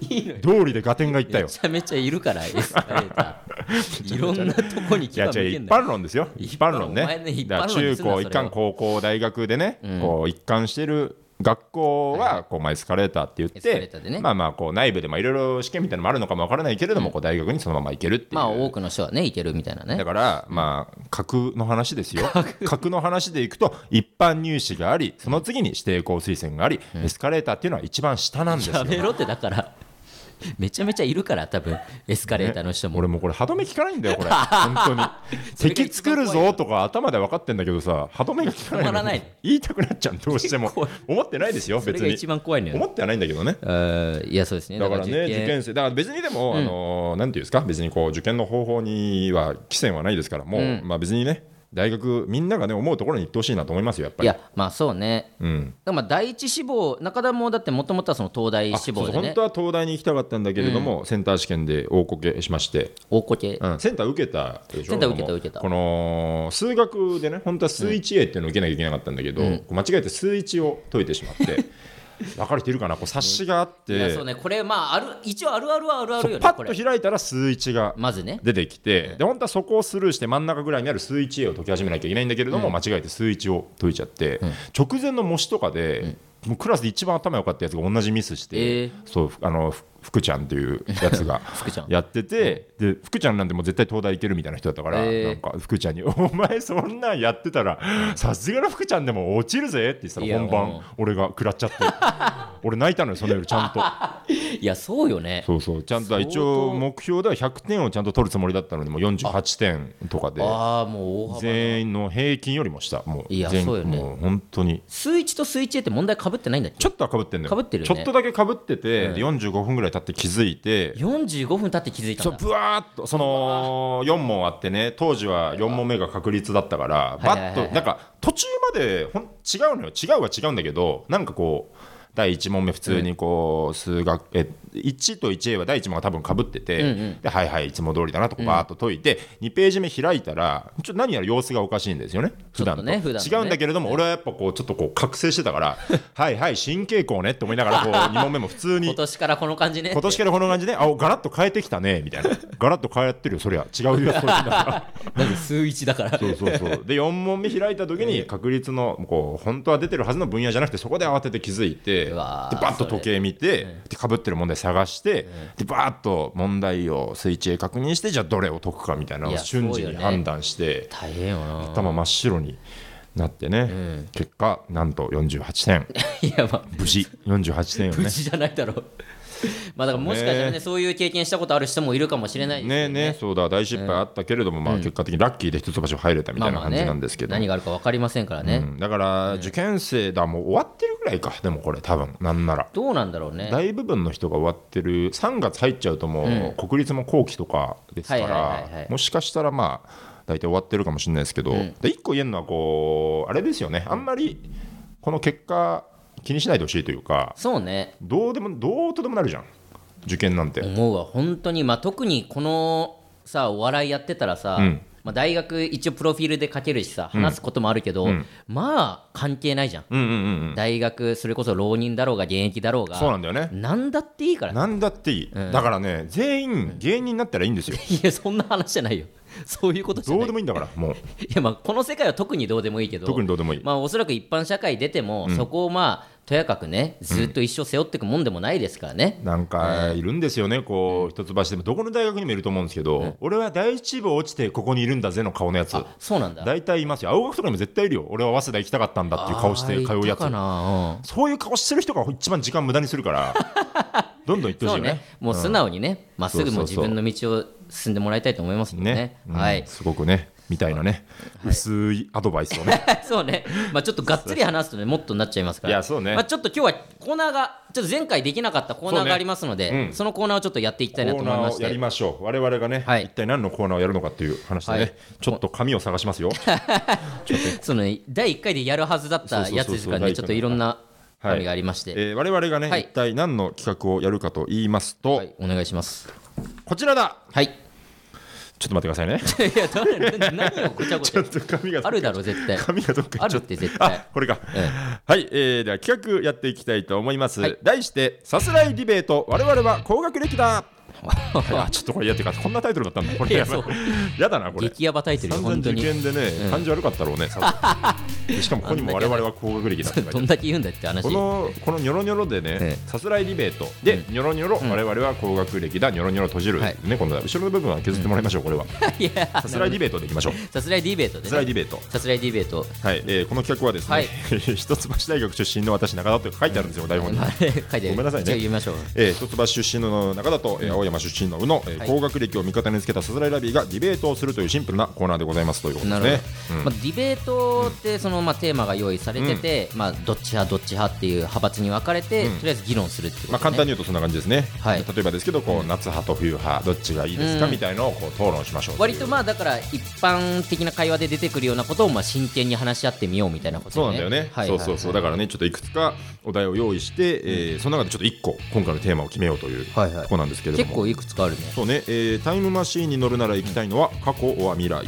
Speaker 1: いいのよ
Speaker 2: 道理でガテンがいったよ
Speaker 1: めちゃめちゃいるから、エスカレータ ー。いろんなとこに
Speaker 2: い
Speaker 1: 牙
Speaker 2: や
Speaker 1: 向
Speaker 2: 違
Speaker 1: け
Speaker 2: う一
Speaker 1: んだよ。
Speaker 2: 般論ですよ一般論ね
Speaker 1: お前ね一般
Speaker 2: だから
Speaker 1: 論に
Speaker 2: 中
Speaker 1: すんな
Speaker 2: 高一
Speaker 1: それ
Speaker 2: 貫
Speaker 1: は
Speaker 2: 高校大学でね、こう一貫してる学校はこう、まあ、エスカレーターって言っ
Speaker 1: エスカレータ
Speaker 2: て、
Speaker 1: ーでね
Speaker 2: まあまあこう内部でまあいろいろ試験みたいなのもあるのかもわからないけれども、こう大学にそのまま行けるっていう、
Speaker 1: まあ、多くの人はね、いけるみたいな
Speaker 2: だ
Speaker 1: ね。
Speaker 2: から、まあ、格の話で すよ。格の話でいくと、一般入試があり、その次に指定校推薦があり、エスカレーターっていうのは一番下なんですよ
Speaker 1: や。めろってだから。 めちゃめちゃいるから、多分エスカレーターの人も。
Speaker 2: 俺もうこれ歯止め効かないんだ よこれ本当に敵作るぞとか頭で分かってんだけどさ歯止めが効かないの
Speaker 1: 止まらない
Speaker 2: 言いたくなっちゃうどうしても
Speaker 1: 結構
Speaker 2: 思ってないですよ
Speaker 1: それ
Speaker 2: 別
Speaker 1: が一
Speaker 2: に
Speaker 1: 番怖いのよ
Speaker 2: 思
Speaker 1: ね。
Speaker 2: ってはないんだけどね
Speaker 1: うんいや、そうですね。
Speaker 2: だからね受験生だから別にでも、あのーなんていうんですか別にこう受験の方法には規制はないですからもう、まあ別にね大学みんながね思うところに行ってほしいなと思いますよやっぱ
Speaker 1: い
Speaker 2: り
Speaker 1: や、まあそうね。
Speaker 2: うん
Speaker 1: だからまあ第一志望、中田もだってもともとはその東大
Speaker 2: あ
Speaker 1: 志
Speaker 2: そ
Speaker 1: 望
Speaker 2: うそう
Speaker 1: で
Speaker 2: 本
Speaker 1: ね
Speaker 2: 当、は東大に行きたかったんだけれども、センター試験で大こけしまして、
Speaker 1: 大こけ。
Speaker 2: うん、センター受けたでしょ
Speaker 1: センター受けた
Speaker 2: 俺も
Speaker 1: 受けた
Speaker 2: この数学でね本当は数 1A っていうのを受けなきゃいけなかったんだけど、こう間違えて数1を解いてしまって 分かれているかなこう冊子があっ
Speaker 1: いや、
Speaker 2: て
Speaker 1: そうね。これ、まあ、ある、一応あるあるはあるあるよ
Speaker 2: そう
Speaker 1: ね
Speaker 2: パ。
Speaker 1: こ
Speaker 2: ッ
Speaker 1: れ
Speaker 2: と開いたら数1が
Speaker 1: まずね。
Speaker 2: 出てきてで本当はそこをスルーして真ん中ぐらいにある数 1A を解き始めなきゃいけないんだけれども、間違えて数1を解いちゃって、直前の模試とかで、もうクラスで一番頭良かったやつが同じミスして、
Speaker 1: えー
Speaker 2: そうふあのふ福ちゃんっていうやつが
Speaker 1: 福ちゃん
Speaker 2: やってて、で福ちゃんなんてもう絶対東大行けるみたいな人だったから、
Speaker 1: えー
Speaker 2: なんか福ちゃんに「お前そんなんやってたらさすがの福ちゃんでも落ちるぜ」って言って
Speaker 1: い
Speaker 2: た
Speaker 1: や
Speaker 2: ら本
Speaker 1: も
Speaker 2: 番俺が食らっちゃって俺泣いたのよその夜ちゃんと。
Speaker 1: いや、そうよね。
Speaker 2: そうそうちゃんと
Speaker 1: 相当
Speaker 2: 一応目標では100点をちゃんと取るつもりだったのでもう48点とかで
Speaker 1: ああ、もう大幅な。
Speaker 2: 全員の平均よりも下もう
Speaker 1: いや
Speaker 2: 全
Speaker 1: そうよね
Speaker 2: もう本当に
Speaker 1: 数一と数一って問題かぶってないんだっけ
Speaker 2: ちょっとはかぶってんのよ
Speaker 1: 被ってるよ
Speaker 2: ち
Speaker 1: ね
Speaker 2: ょっとだけかぶってて、で45分ぐらい経って気づいて
Speaker 1: 45分経って気づいた
Speaker 2: そ
Speaker 1: ん
Speaker 2: う
Speaker 1: だ
Speaker 2: ぶわーっとその4問あってね当時は4問目が確率だったから
Speaker 1: いはい
Speaker 2: バ
Speaker 1: はいは
Speaker 2: ッ
Speaker 1: い
Speaker 2: となんか途中までほん違うのよ違うは違うんだけどなんかこう第1問目普通にこう数学え1と 1A は第1問が多分かぶってて、ではいはいいつも通りだなとこうバーっと解いて、2ページ目開いたらちょっと何やら様子がおかしいんですよね普段
Speaker 1: ちょ
Speaker 2: と
Speaker 1: っとね普段とね
Speaker 2: 違うんだけれども俺はやっぱこうちょっとこう覚醒してたから はいはい新傾向ねって思いながらこう2問目も普通に
Speaker 1: 今年からこの感じね
Speaker 2: 今年からこの感じね、あ、おガラッと変えてきたね、みたいな。ガラッと変えてるよ、そりゃ。違うよ、そ れな
Speaker 1: だって数一だから
Speaker 2: そうそうそう。で、4問目開いた時に、確率の、こう、本当は出てるはずの分野じゃなくて、そこで慌てて気づいて、で、
Speaker 1: う
Speaker 2: バ
Speaker 1: わー
Speaker 2: ッと
Speaker 1: それ
Speaker 2: 時計見て、で、被ってる問題探して、で、バーッと問題をスイッチへ確認して、じゃあどれを解くかみたいないのを
Speaker 1: や
Speaker 2: 瞬時
Speaker 1: そう
Speaker 2: に
Speaker 1: よね
Speaker 2: 判断して、
Speaker 1: 大変よ な
Speaker 2: 頭真っ白になってね、結果、なんと48点。
Speaker 1: いやまあ
Speaker 2: 無事、48点を
Speaker 1: 無
Speaker 2: ね。
Speaker 1: 事じゃないだろうまあだからもしかしたら
Speaker 2: ね
Speaker 1: ねそういう経験したことある人もいるかもしれないですよ
Speaker 2: ねねそうだ大失敗あったけれども、まあ、結果的にラッキーで一橋を入れたみ
Speaker 1: まあ
Speaker 2: たいな
Speaker 1: まあ
Speaker 2: 感じ
Speaker 1: ね
Speaker 2: なんですけど、
Speaker 1: 何があるか分かりませんから
Speaker 2: う
Speaker 1: ね
Speaker 2: んだから受験生だもう終わってるぐらいかでもこれ多分なんなら
Speaker 1: どうなんだろうね
Speaker 2: 大部分の人が終わってる3月入っちゃうともう国立も後期とかですか
Speaker 1: はいはいはいは
Speaker 2: ら
Speaker 1: い
Speaker 2: もしかしたらまあ大体終わってるかもしれないですけど、
Speaker 1: ん
Speaker 2: で1個言えるのはこうあれですよねあんまりこの結果気にしないでほしいというか
Speaker 1: そうね
Speaker 2: どうでもどうとでもなるじゃん受験なんて。
Speaker 1: 思うわ本当にまあ特にこのさお笑いやってたらさ、
Speaker 2: うん
Speaker 1: まあ、大学一応プロフィールで書けるしさ話すこともあるけど、
Speaker 2: ん
Speaker 1: まあ関係ないじゃん
Speaker 2: うんうんうんうん、
Speaker 1: 大学それこそ浪人だろうが現役だろうが
Speaker 2: そうなんだよね。
Speaker 1: なんだっていいからね
Speaker 2: なんだっていい、だからね全員芸人になったらいいん ですよ。
Speaker 1: いやそんな話じゃないよ そういうことじゃ ない
Speaker 2: どうでもいいんだからもう
Speaker 1: いやまあこの世界は特にどうでもいいけど
Speaker 2: 特にどうでもいい。
Speaker 1: まあおそらく一般社会出ても、そこをまあとやかくねずっと一生背負っていくもんでもないですからね、
Speaker 2: なんかいるんですよね、こう一橋でもどこの大学にもいると思うんですけど、俺は第一部落ちてここにいるんだぜの顔のやつ、
Speaker 1: そうなんだ
Speaker 2: 大体いますよ、青学とかにも絶対いるよ、俺は早稲田行きたかったんだっていう顔して通うや
Speaker 1: あーいたか
Speaker 2: つ、
Speaker 1: な、うん
Speaker 2: そういう顔してる人が一番時間無駄にする から、どんどん行ってほ
Speaker 1: そ
Speaker 2: しいうよ
Speaker 1: ね。、
Speaker 2: ね
Speaker 1: もう素直にね、まっすぐもう
Speaker 2: そう
Speaker 1: 自
Speaker 2: そうそ
Speaker 1: 分
Speaker 2: う
Speaker 1: の道を進んでもらいたいと思いますもんね。
Speaker 2: ねうん
Speaker 1: はい、
Speaker 2: すごくね、みたいなね、薄いアドバイスをね、
Speaker 1: そうね、まあ、ちょっとがっつり話すとね、もっとになっちゃいますから、
Speaker 2: いやそうね
Speaker 1: まあ、ちょっと今日はコーナーが、ちょっと前回できなかったコーナーがありますので、そ,、
Speaker 2: そうねうん
Speaker 1: のコーナーをちょっとやっていき
Speaker 2: コ
Speaker 1: たいなと
Speaker 2: ー
Speaker 1: 思い
Speaker 2: ナ
Speaker 1: ま
Speaker 2: ー
Speaker 1: し
Speaker 2: をやり
Speaker 1: て、
Speaker 2: ましょう、我々がね、
Speaker 1: はい
Speaker 2: 一体何のコーナーをやるのかっていう話でね、
Speaker 1: はい
Speaker 2: ちょっと紙を探 しますよ。
Speaker 1: その第1回でやるはずだったやつですからね、ち
Speaker 2: そ
Speaker 1: ょっ
Speaker 2: うそうそうそう
Speaker 1: といろんな
Speaker 2: はい
Speaker 1: 意味がありまして、
Speaker 2: えー、我々がね、
Speaker 1: はい
Speaker 2: 一体何の企画をやるかと言いますと、
Speaker 1: はい、お願いします。
Speaker 2: こちらだ
Speaker 1: はい、 い
Speaker 2: ちょっと待ってくださいね。
Speaker 1: や、どれ何をごちゃごち
Speaker 2: ちょ
Speaker 1: ゃ
Speaker 2: っ、と紙が
Speaker 1: あるだろ、 絶対。
Speaker 2: 紙がどっか行
Speaker 1: あ
Speaker 2: っち
Speaker 1: る
Speaker 2: ゃ
Speaker 1: っ
Speaker 2: って
Speaker 1: 絶対
Speaker 2: た。。これか。
Speaker 1: え
Speaker 2: はい、えー、では企画やっていきたいと思います。
Speaker 1: はい
Speaker 2: 題して、さすらいディベート、我々は高学歴だ、 はい、あちょっとこれやってか、こんなタイトルだったんだ。こ
Speaker 1: い
Speaker 2: れ
Speaker 1: や
Speaker 2: やばい
Speaker 1: そう
Speaker 2: やだな、これ。
Speaker 1: 激ヤバタイトルよ、
Speaker 2: 完
Speaker 1: 本当
Speaker 2: 全受
Speaker 1: に。
Speaker 2: 験でね、感じ悪かったろうね、さ すがにしかもここにも我々は高学歴だって書いてある
Speaker 1: どんだけ言うんだって話。
Speaker 2: このこのニョロニョロで
Speaker 1: え
Speaker 2: ね、さすらいディベートで、
Speaker 1: う
Speaker 2: ニョロニョロ、我々は高学歴だ、ニョロニョロ閉じる、
Speaker 1: はい
Speaker 2: ね、この後ろの部分は削ってもらいましょう、これは。
Speaker 1: いや
Speaker 2: さすらいディベートでいきま しょう。
Speaker 1: さすらいディベート
Speaker 2: さ
Speaker 1: です
Speaker 2: らい
Speaker 1: ね。
Speaker 2: ディベート。
Speaker 1: さすらいディベート。
Speaker 2: はい、えーこの企画はですね、
Speaker 1: はい
Speaker 2: 一橋大学出身の私、中田と書いてあるんですよ、台本 に
Speaker 1: ま。あ書いてある
Speaker 2: ごめんなさいね
Speaker 1: じゃあ読みましょう。
Speaker 2: えー、一橋出身の中田と、えー青山出身の宇野、えー
Speaker 1: はい
Speaker 2: 高学歴を味方につけたさすらいラビーがディベートをするというシンプルなコーナーでございますということで
Speaker 1: な
Speaker 2: す
Speaker 1: るほ
Speaker 2: ね。
Speaker 1: ど、まあ、ディベートってその、まあ、テーマが用意されてて、まあ、どっち派どっち派っていう派閥に分かれて、とりあえず議論するってこと、ね
Speaker 2: まあ、簡単に言うとそんな感じですね、
Speaker 1: はい
Speaker 2: 例えばですけどこう夏派と冬派どっちがいいですか
Speaker 1: うん
Speaker 2: みたいのをこう討論しましょう
Speaker 1: 割とま
Speaker 2: あ
Speaker 1: あだから一般的な会話で出てくるようなことをまあ真剣に話し合ってみようみたいなこと、ね、
Speaker 2: そうなんだよね、
Speaker 1: はいはいはい
Speaker 2: そうそうそうだからねちょっといくつかお題を用意して、えーその中でちょっと1個今回のテーマを決めようというとこ
Speaker 1: はいはい
Speaker 2: ろなんですけれども、
Speaker 1: 結構いくつかあるね
Speaker 2: そうね、えータイムマシーンに乗るなら行きたいのは過去は未来、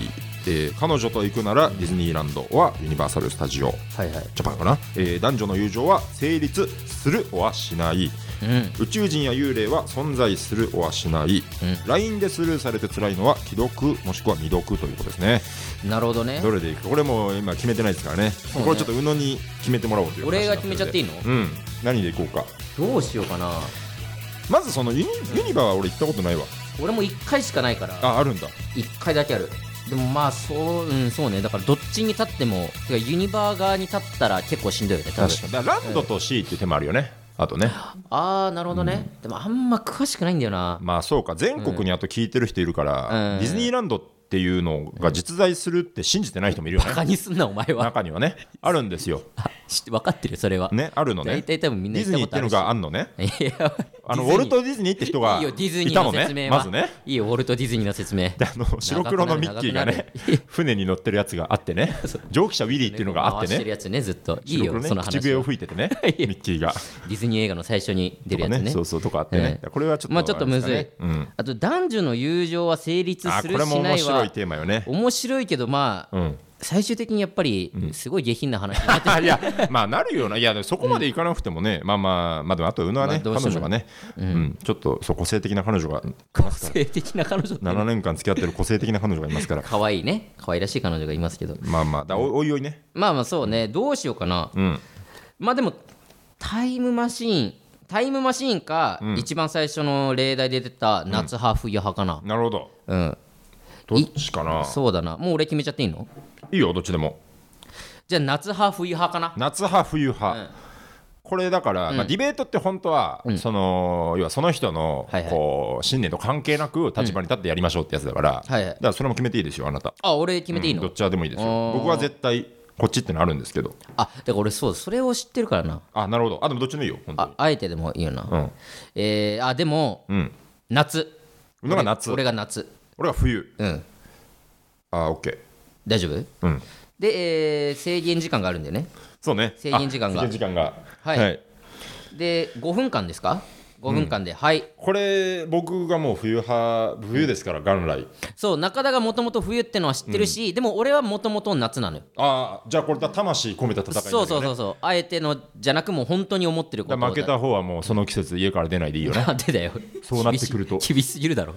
Speaker 2: えー彼女と行くならディズニーランドはユニバーサル・スタジオ
Speaker 1: はいはい
Speaker 2: ジャパンかな、えー男女の友情は成立するおはしない
Speaker 1: うん
Speaker 2: 宇宙人や幽霊は存在するおはしない、
Speaker 1: う
Speaker 2: LINE でスルーされて辛いのは既読もしくは未読ということですね
Speaker 1: なるほどね
Speaker 2: どれでいくかこれもう今決めてないですからね
Speaker 1: うね
Speaker 2: これちょっと宇野に決めてもらおうという話
Speaker 1: 俺が
Speaker 2: にな
Speaker 1: 決
Speaker 2: る
Speaker 1: め
Speaker 2: ん
Speaker 1: ちゃ
Speaker 2: で
Speaker 1: っていいの
Speaker 2: うん何でいこうか
Speaker 1: どうしようかな
Speaker 2: まずそのユニユニバは俺行ったことないわ
Speaker 1: 俺も1回しかないから
Speaker 2: ああるんだ
Speaker 1: 1回だけあるでもまあそう,、うん、そうねだからどっちに立ってもてかユニバー側に立ったら結構しんどいよね多分
Speaker 2: 確かにだからランドと C っていう手もあるよね、あとね
Speaker 1: ああなるほどね、でもあんま詳しくないんだよな
Speaker 2: まあそうか全国にあと聞いてる人いるから、
Speaker 1: うん
Speaker 2: ディズニーランドっていうのが実在するって信じてない人もいるよ
Speaker 1: バ
Speaker 2: ね
Speaker 1: カにすんなお前は
Speaker 2: 中にはねあるんですよ
Speaker 1: 知って分かってるよそれは、
Speaker 2: ねあるのね
Speaker 1: 大体多分みんな
Speaker 2: ディ
Speaker 1: 行
Speaker 2: ズ
Speaker 1: ったこ
Speaker 2: ニーっ
Speaker 1: と
Speaker 2: て
Speaker 1: あるし
Speaker 2: いうのがあんのね
Speaker 1: いや
Speaker 2: あのウ
Speaker 1: ディズニー
Speaker 2: ォルト・ディズニーって人が
Speaker 1: いいよディズニ
Speaker 2: いた
Speaker 1: ー
Speaker 2: の
Speaker 1: の説
Speaker 2: ね
Speaker 1: 明は
Speaker 2: まずね
Speaker 1: いいよウォルト・ディズニーの説 明
Speaker 2: であの白黒のミッキーが
Speaker 1: 長く
Speaker 2: ね船に乗ってるやつがあっ てね蒸気車ウィリーっていうのがあっ
Speaker 1: 回しててる
Speaker 2: ね
Speaker 1: やつねずっといい
Speaker 2: 白
Speaker 1: よ、
Speaker 2: 黒ね
Speaker 1: その
Speaker 2: 口
Speaker 1: 話
Speaker 2: 笛を
Speaker 1: は
Speaker 2: 吹いててね
Speaker 1: いや
Speaker 2: ミッキーが
Speaker 1: ディズニー映画の最初に出るや
Speaker 2: とか
Speaker 1: つ
Speaker 2: ね
Speaker 1: ね
Speaker 2: そうそうとかあってね
Speaker 1: ええ
Speaker 2: これはちょっと
Speaker 1: まあちょっとむずい
Speaker 2: あれですかねうん
Speaker 1: あと男女の友情は成立
Speaker 2: あ
Speaker 1: す
Speaker 2: こ
Speaker 1: る
Speaker 2: れも
Speaker 1: しな
Speaker 2: 面
Speaker 1: い
Speaker 2: 白
Speaker 1: はい
Speaker 2: テーマよね
Speaker 1: 面白いけどまあ、
Speaker 2: うん
Speaker 1: 最終的にやっぱりすごい下品な話になって、
Speaker 2: あいやまあなるよないやでもそこまでいかなくてもね、まあまあまあでもあと宇野は
Speaker 1: まあ
Speaker 2: ね、
Speaker 1: どうして
Speaker 2: 彼
Speaker 1: も
Speaker 2: 女がね、うんちょっとそう個性的な彼女が
Speaker 1: 個性的な彼女って
Speaker 2: 7年間付き合ってる個性的な彼女がいますから
Speaker 1: 可愛いね可愛らしい彼女がいますけど
Speaker 2: まあまあだおおいおいね
Speaker 1: まあまあそうねどうしようかな、
Speaker 2: うん
Speaker 1: まあでもタイムマシーンタイムマシーンか、一番最初の例題で出てた夏派冬派かな
Speaker 2: なるほど
Speaker 1: うん、
Speaker 2: どっちかな
Speaker 1: そうだなもう俺決めちゃっていいの
Speaker 2: いいよどっちでも
Speaker 1: じゃあ夏派冬派かな
Speaker 2: 夏派冬派、これだから、まあ、ディベートって本当は、その要はその人の、
Speaker 1: はいはい
Speaker 2: こう信念と関係なく立場に立ってやりましょうってやつだから、
Speaker 1: はいはい
Speaker 2: だからそれも決めていいですよあなた
Speaker 1: あ俺決めていいの、
Speaker 2: どっちはでもいいです
Speaker 1: あー
Speaker 2: よ僕は絶対こっちってのあるんですけど
Speaker 1: あだから俺そうそれを知ってるからな
Speaker 2: あなるほどあでもどっちでもいいよ本当
Speaker 1: あ
Speaker 2: に
Speaker 1: あえてでもいいよな、
Speaker 2: うん
Speaker 1: えーあでも
Speaker 2: うん
Speaker 1: 夏
Speaker 2: のが夏
Speaker 1: 俺
Speaker 2: 俺が
Speaker 1: が夏
Speaker 2: 冬
Speaker 1: うん
Speaker 2: あオッケ
Speaker 1: 大丈夫
Speaker 2: ーうん
Speaker 1: で、えー制限時間があるんだよね
Speaker 2: そうね
Speaker 1: 制限時間が
Speaker 2: あ制限時間が
Speaker 1: はいで5分間ですか5分間で、はい
Speaker 2: これ僕がもう冬派冬ですから元来
Speaker 1: そう中田がもともと冬ってのは知ってるし、でも俺はもともと夏なのよ
Speaker 2: ああじゃあこれだ魂込めた戦いになる
Speaker 1: そう
Speaker 2: よね
Speaker 1: そうそうそうあえてのじゃなくもう本当に思ってるこ
Speaker 2: だ
Speaker 1: と
Speaker 2: から負け
Speaker 1: だ
Speaker 2: た方はもうその季節家から出ないでいいよね
Speaker 1: なんでだよ
Speaker 2: そうなってくると
Speaker 1: 厳し厳しすぎるだろ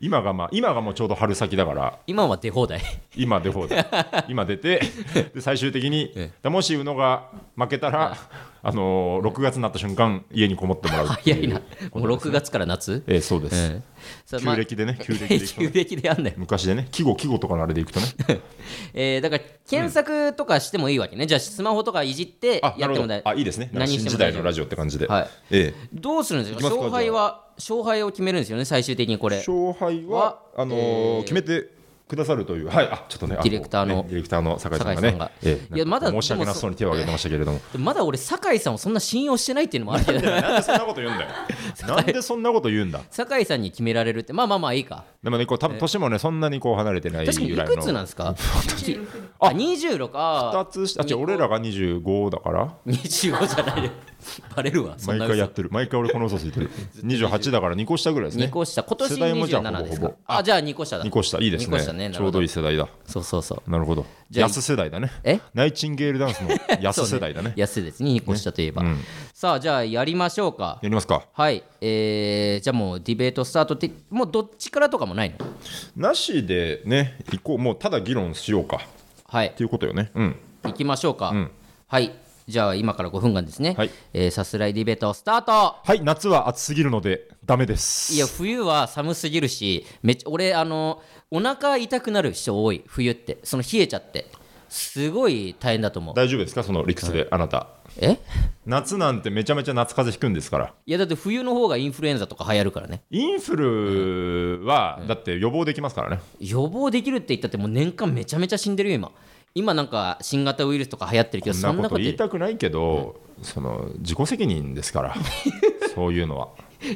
Speaker 2: 今がまあ今がもうちょうど春先だから
Speaker 1: 今は出放 題
Speaker 2: 今 出放題今出てで最終的に
Speaker 1: え
Speaker 2: だもし宇野が負けたらあのー6月になった瞬間家にこもってもらうって
Speaker 1: 早
Speaker 2: う
Speaker 1: いなもう6月から夏
Speaker 2: ええそうで
Speaker 1: う
Speaker 2: す
Speaker 1: んさあま
Speaker 2: 旧
Speaker 1: あ
Speaker 2: 暦でね旧暦でいくと
Speaker 1: 旧
Speaker 2: ね
Speaker 1: 暦でやんだよ、
Speaker 2: 昔でね季語季語とかのあれでい くとね
Speaker 1: えー、だから検索とかしてもいいわけね、じゃあスマホとかいじって
Speaker 2: あな
Speaker 1: やっ
Speaker 2: る
Speaker 1: て
Speaker 2: ほ
Speaker 1: も大
Speaker 2: どあいいですねなんか
Speaker 1: 何
Speaker 2: 新
Speaker 1: しても
Speaker 2: 時
Speaker 1: 大
Speaker 2: 代
Speaker 1: 丈夫
Speaker 2: のラジオって感じで
Speaker 1: はい
Speaker 2: え
Speaker 1: どうするんです
Speaker 2: いきま
Speaker 1: か
Speaker 2: すか
Speaker 1: 勝敗は勝敗を決めるんですよね最終的にこれ
Speaker 2: え勝敗
Speaker 1: は
Speaker 2: はあのー決めてくださるというはいあちょっとねあ
Speaker 1: ディレクターの
Speaker 2: ねディレクターの酒井さんが
Speaker 1: 酒井
Speaker 2: ね
Speaker 1: さんが
Speaker 2: ええ
Speaker 1: いやまだ
Speaker 2: なんか申し訳なさそうに手を挙げてましたけれども
Speaker 1: でもまだ俺酒井さんをそんな信用してないっていうのもあるけど
Speaker 2: なんでそんなこと言 うんだよ。なんでそんなこと言うんだ。
Speaker 1: 酒井さんに決められるってまあまあまあいいか
Speaker 2: でもね、こう多分年もね、そんなにこう離れてないぐ
Speaker 1: 確かにい
Speaker 2: らい
Speaker 1: くつなん
Speaker 2: の。
Speaker 1: ですかあ26
Speaker 2: 二
Speaker 1: あ
Speaker 2: つしあ、違う、俺らが25だから、
Speaker 1: 25じゃないよ バレるわそん
Speaker 2: 毎
Speaker 1: な
Speaker 2: 回やっ
Speaker 1: 嘘
Speaker 2: てる。毎回俺この嘘ついて る。28だから2個下ぐらいです
Speaker 1: 2
Speaker 2: ね。
Speaker 1: 個下今年
Speaker 2: 世代もじゃあ
Speaker 1: 27ですか
Speaker 2: ほぼほぼ
Speaker 1: あじゃあ2個下だ
Speaker 2: 2個下、いいです
Speaker 1: 二個下ね
Speaker 2: ね。
Speaker 1: なる
Speaker 2: ち
Speaker 1: ほ
Speaker 2: ょ
Speaker 1: ど
Speaker 2: うどいい世代だ。
Speaker 1: そうそうそう
Speaker 2: なるほど。
Speaker 1: じゃあ
Speaker 2: 安世代だね。
Speaker 1: え
Speaker 2: ナイチンゲールダンス の安世代だね。
Speaker 1: 安いですね2個下といえば、
Speaker 2: うん
Speaker 1: さあじゃあやりましょうか
Speaker 2: やりますか。
Speaker 1: はいえー、じゃあもうディベートスタートってもうどっちからとかもないの
Speaker 2: なしでね、行こう。もうただ議論しようか。っ
Speaker 1: はい
Speaker 2: ていうことよね。うん。
Speaker 1: 行きましょうか、
Speaker 2: ん
Speaker 1: はいじゃあ今から5分間ですね、
Speaker 2: はい
Speaker 1: えーさすらいディベートスタート
Speaker 2: はい、夏は暑すぎるので、ダメです。
Speaker 1: いや冬は寒すぎるしめっちゃ俺あのお腹痛くなる人多い冬ってその冷えちゃってすごい大変だと思う
Speaker 2: 大丈夫ですかその理屈で、あなた。
Speaker 1: え
Speaker 2: 夏なんてめちゃめちゃ夏風邪ひくんですから
Speaker 1: いやだって冬の方がインフルエンザとか流行るからね
Speaker 2: インフルはだって予防できますからね、
Speaker 1: 予防できるって言ったってもう年間めちゃめちゃ死んでるよ今今なんか新型ウイルスとか流行ってるけどそ
Speaker 2: そ
Speaker 1: ん
Speaker 2: んな
Speaker 1: な
Speaker 2: こ
Speaker 1: こと
Speaker 2: と言
Speaker 1: 言っ
Speaker 2: いたくないけど、その自己責任で すからそういうのは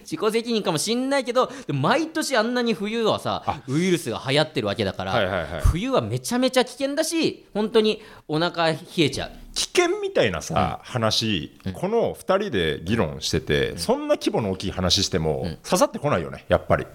Speaker 1: 自己責任かもしんないけどでも毎年あんなに冬はさウイルスが流行ってるわけだから、
Speaker 2: はいはいはい
Speaker 1: 冬はめちゃめちゃ危険だし本当にお腹冷えちゃう
Speaker 2: 危険みたいなさ、話この2人で議論してて、そんな規模の大きい話しても、刺さってこないよねやっぱり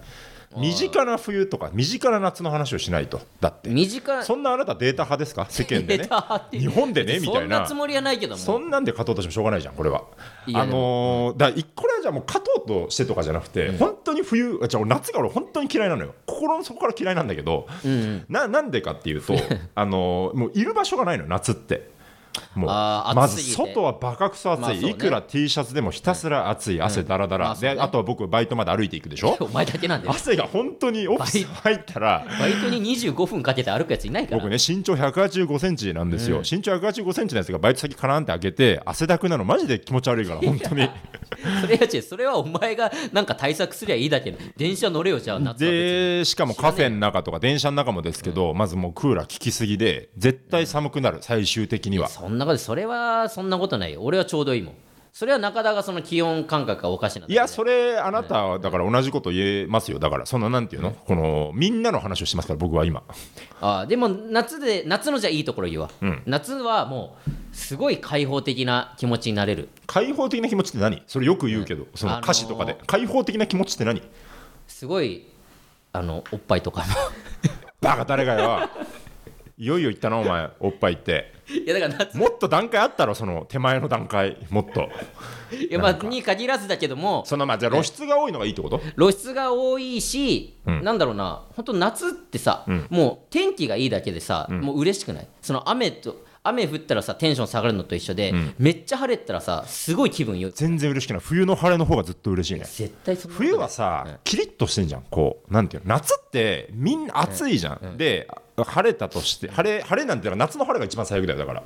Speaker 2: 身近な冬とか身近な夏の話をしないとだって
Speaker 1: 身近
Speaker 2: そんなあなたデータ派ですか世間
Speaker 1: デ
Speaker 2: で
Speaker 1: ー
Speaker 2: ね
Speaker 1: タ派って
Speaker 2: 日本でねみた
Speaker 1: そ
Speaker 2: い
Speaker 1: ん
Speaker 2: な
Speaker 1: なつもりはないけども
Speaker 2: そんなんで勝とうとしてもしょうがないじゃん、これは。
Speaker 1: いや
Speaker 2: あのーだからいこれはじゃあもう勝とうとしてとかじゃなくて、本当に冬、じゃあ俺夏が俺、本当に嫌いなのよ、心の底から嫌いなんだけど、ななんでかって いうと、あのーもういる場所がないのよ、夏って。もう
Speaker 1: あー
Speaker 2: ま
Speaker 1: 暑
Speaker 2: ず
Speaker 1: すぎて
Speaker 2: 外はバカくそ暑い、
Speaker 1: まあそうね
Speaker 2: いくら T シャツでもひたすら暑い、汗だらだら、
Speaker 1: まあそうね
Speaker 2: であとは僕、バイトまで歩いていくでしょ
Speaker 1: 、お前だけなんだよ
Speaker 2: 汗が本当にオフィス入ったら、
Speaker 1: バイトに25分かけて歩くやついないから
Speaker 2: 僕ね身長185センチなんですよ、身長185センチのやつがバイト先からんって開けて汗だくなのマジで気持ち悪いから本 当に
Speaker 1: それやちそれはお前がなんか対策すりゃいいだけ電車乗れよじゃあ夏は別に
Speaker 2: でしかもカフェの中とか電車の中もですけど、まずもうクーラー効きすぎで絶対寒くなる最終的には、
Speaker 1: そんなことそれはそんなことないよ俺はちょうどいいもんそれは中田がその気温感覚がおかしなだけ
Speaker 2: いやそれあなたはだから同じこと言えますよだからそのなんていうのこのみんなの話をしてますから僕は今
Speaker 1: ああでも夏で夏のじゃあいいところ言うわ、夏はもうすごい開放的な気持ちになれる
Speaker 2: 開放的な気持ちって何それよく言うけど、その歌詞とかで、
Speaker 1: あの
Speaker 2: 開放的な気持ちって何
Speaker 1: すごいあのおっぱいとか
Speaker 2: バカ誰が よいよいよ言ったなお前おっぱいって
Speaker 1: もいやだから夏
Speaker 2: もっと段階あったろ、その手前の段階、もっと。
Speaker 1: いやまあに限らずだけども
Speaker 2: そのまあ、じゃあ露出が多いのがいいってこと
Speaker 1: 露出が多いし、
Speaker 2: ん
Speaker 1: なんだろうな本当夏ってさ、もう天気がいいだけでさ、もう嬉しくないその雨と雨降ったらさテンション下がるのと一緒で、めっちゃ晴れたらさすごい気分よ
Speaker 2: 全然嬉しくない。冬の晴れの方がずっと嬉しいね。
Speaker 1: 絶対そんなことない
Speaker 2: 冬はさ、キリッとしてんじゃん、こう、なんていうの、夏ってみんな暑いじゃん。で、晴れたとして、晴れ、晴れなんてだから夏の晴れが一番最悪だよ、だから。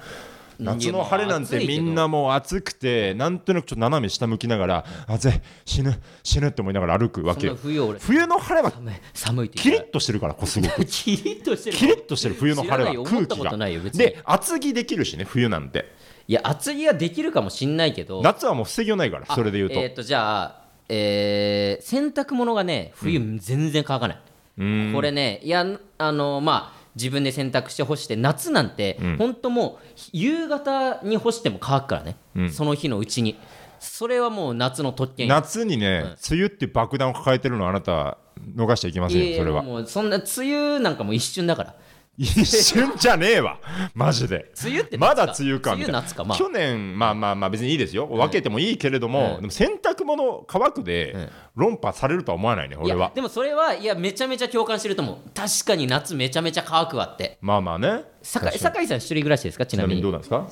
Speaker 2: 夏の晴れなんてみんなもう暑くてなんとなくちょっと斜め下向きながら「あぜ死ぬ死ぬ」って思いながら歩くわ
Speaker 1: そん
Speaker 2: けよ
Speaker 1: な冬俺
Speaker 2: 冬の晴れは
Speaker 1: 寒い寒いって
Speaker 2: キリ
Speaker 1: 言
Speaker 2: ッとしてるからこうすご
Speaker 1: った
Speaker 2: く
Speaker 1: ら キリッとしてる
Speaker 2: キリッとしてる冬の晴
Speaker 1: 知ら
Speaker 2: れは
Speaker 1: ないよ思
Speaker 2: 空
Speaker 1: った
Speaker 2: 気
Speaker 1: こと
Speaker 2: が
Speaker 1: ないよ別に
Speaker 2: で厚着できるしね冬なんて
Speaker 1: いや厚着はできるかもしんないけど
Speaker 2: 夏はもう防ぎようないから
Speaker 1: あ
Speaker 2: それで言うと、
Speaker 1: えっ、とじゃあ、えー洗濯物がね冬全然乾かない、
Speaker 2: うーん
Speaker 1: これねいやあのまあ自分で洗濯して干して夏なんて、
Speaker 2: ん
Speaker 1: ほんともう夕方に干しても乾くからね、
Speaker 2: うん
Speaker 1: その日のうちにそれはもう夏の特権よ
Speaker 2: 夏にね、梅雨っていう爆弾を抱えてるのあなた逃していきませ
Speaker 1: い
Speaker 2: ん
Speaker 1: やい
Speaker 2: よそ
Speaker 1: や
Speaker 2: れは
Speaker 1: もうそんな梅雨なんかもう一瞬だから
Speaker 2: 一瞬じゃねえわマジで
Speaker 1: 梅雨って夏
Speaker 2: ま
Speaker 1: か
Speaker 2: だ梅雨かみ
Speaker 1: 梅
Speaker 2: た
Speaker 1: 雨
Speaker 2: いな
Speaker 1: 夏かまあ
Speaker 2: 去年まあまあまあ別にいいですよ分けてもいいけれども、
Speaker 1: うん
Speaker 2: でも洗濯物乾くで論破されるとは思わないね俺
Speaker 1: いや
Speaker 2: は
Speaker 1: でもそれはいやめちゃめちゃ共感してると思う確かに夏めちゃめちゃ乾くわって
Speaker 2: まあまあね
Speaker 1: 酒井酒井さん一人暮らしですかち
Speaker 2: ち
Speaker 1: な
Speaker 2: な
Speaker 1: みに
Speaker 2: みにどうなんですか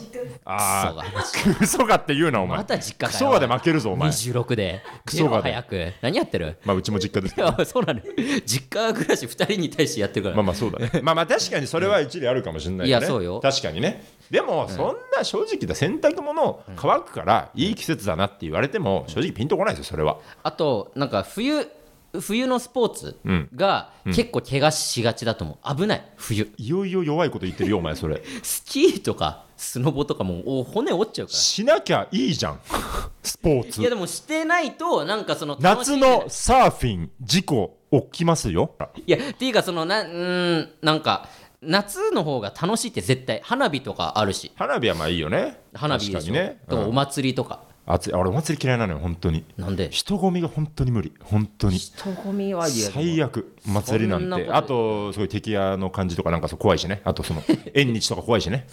Speaker 2: あ
Speaker 1: ク
Speaker 2: あ クソがって言うなお前
Speaker 1: また実家かよ
Speaker 2: クソがで負けるぞお前
Speaker 1: 26でク
Speaker 2: ソがね
Speaker 1: 早く何やってる
Speaker 2: まあうちも実家です
Speaker 1: い
Speaker 2: けど
Speaker 1: やそうなのよ実家暮らし2人に対してやってるから、
Speaker 2: まあまあそうだね まあまあ確かにそれは一理あるかもしれないね
Speaker 1: いやそうよ
Speaker 2: 確かにねでもそんな正直だ洗濯物乾くからいい季節だなって言われても正直ピンとこないですよそれは
Speaker 1: あとなんか冬冬のスポーツ
Speaker 2: うん
Speaker 1: が結構怪我しがちだと思う危ない冬
Speaker 2: いよいよ弱いこと言ってるよお前そ れ
Speaker 1: スキーとかスノボとかもうお骨折っちゃうか
Speaker 2: しなきゃいいじゃんスポー
Speaker 1: らいや
Speaker 2: ツ
Speaker 1: でもしてないとなんかその楽し
Speaker 2: 夏
Speaker 1: んでない
Speaker 2: のサーフィン事故起きますよ
Speaker 1: いやっていうかそのなうーんなんか夏の方が楽しいって絶対花火とかあるし
Speaker 2: 花火はまあいいよね
Speaker 1: 花火でし
Speaker 2: 確か
Speaker 1: ょ、
Speaker 2: にね、う
Speaker 1: とお
Speaker 2: ん、
Speaker 1: 祭りとか
Speaker 2: 暑い俺お祭り嫌いなのよ本当に
Speaker 1: なんで
Speaker 2: 人混みが本当に無理本当に
Speaker 1: 人混みはいや
Speaker 2: 最悪祭り
Speaker 1: そ
Speaker 2: な
Speaker 1: んなんこ
Speaker 2: て
Speaker 1: と
Speaker 2: あとすごい敵屋の感じとかなんかそう怖いしねあと その縁日とか怖いしね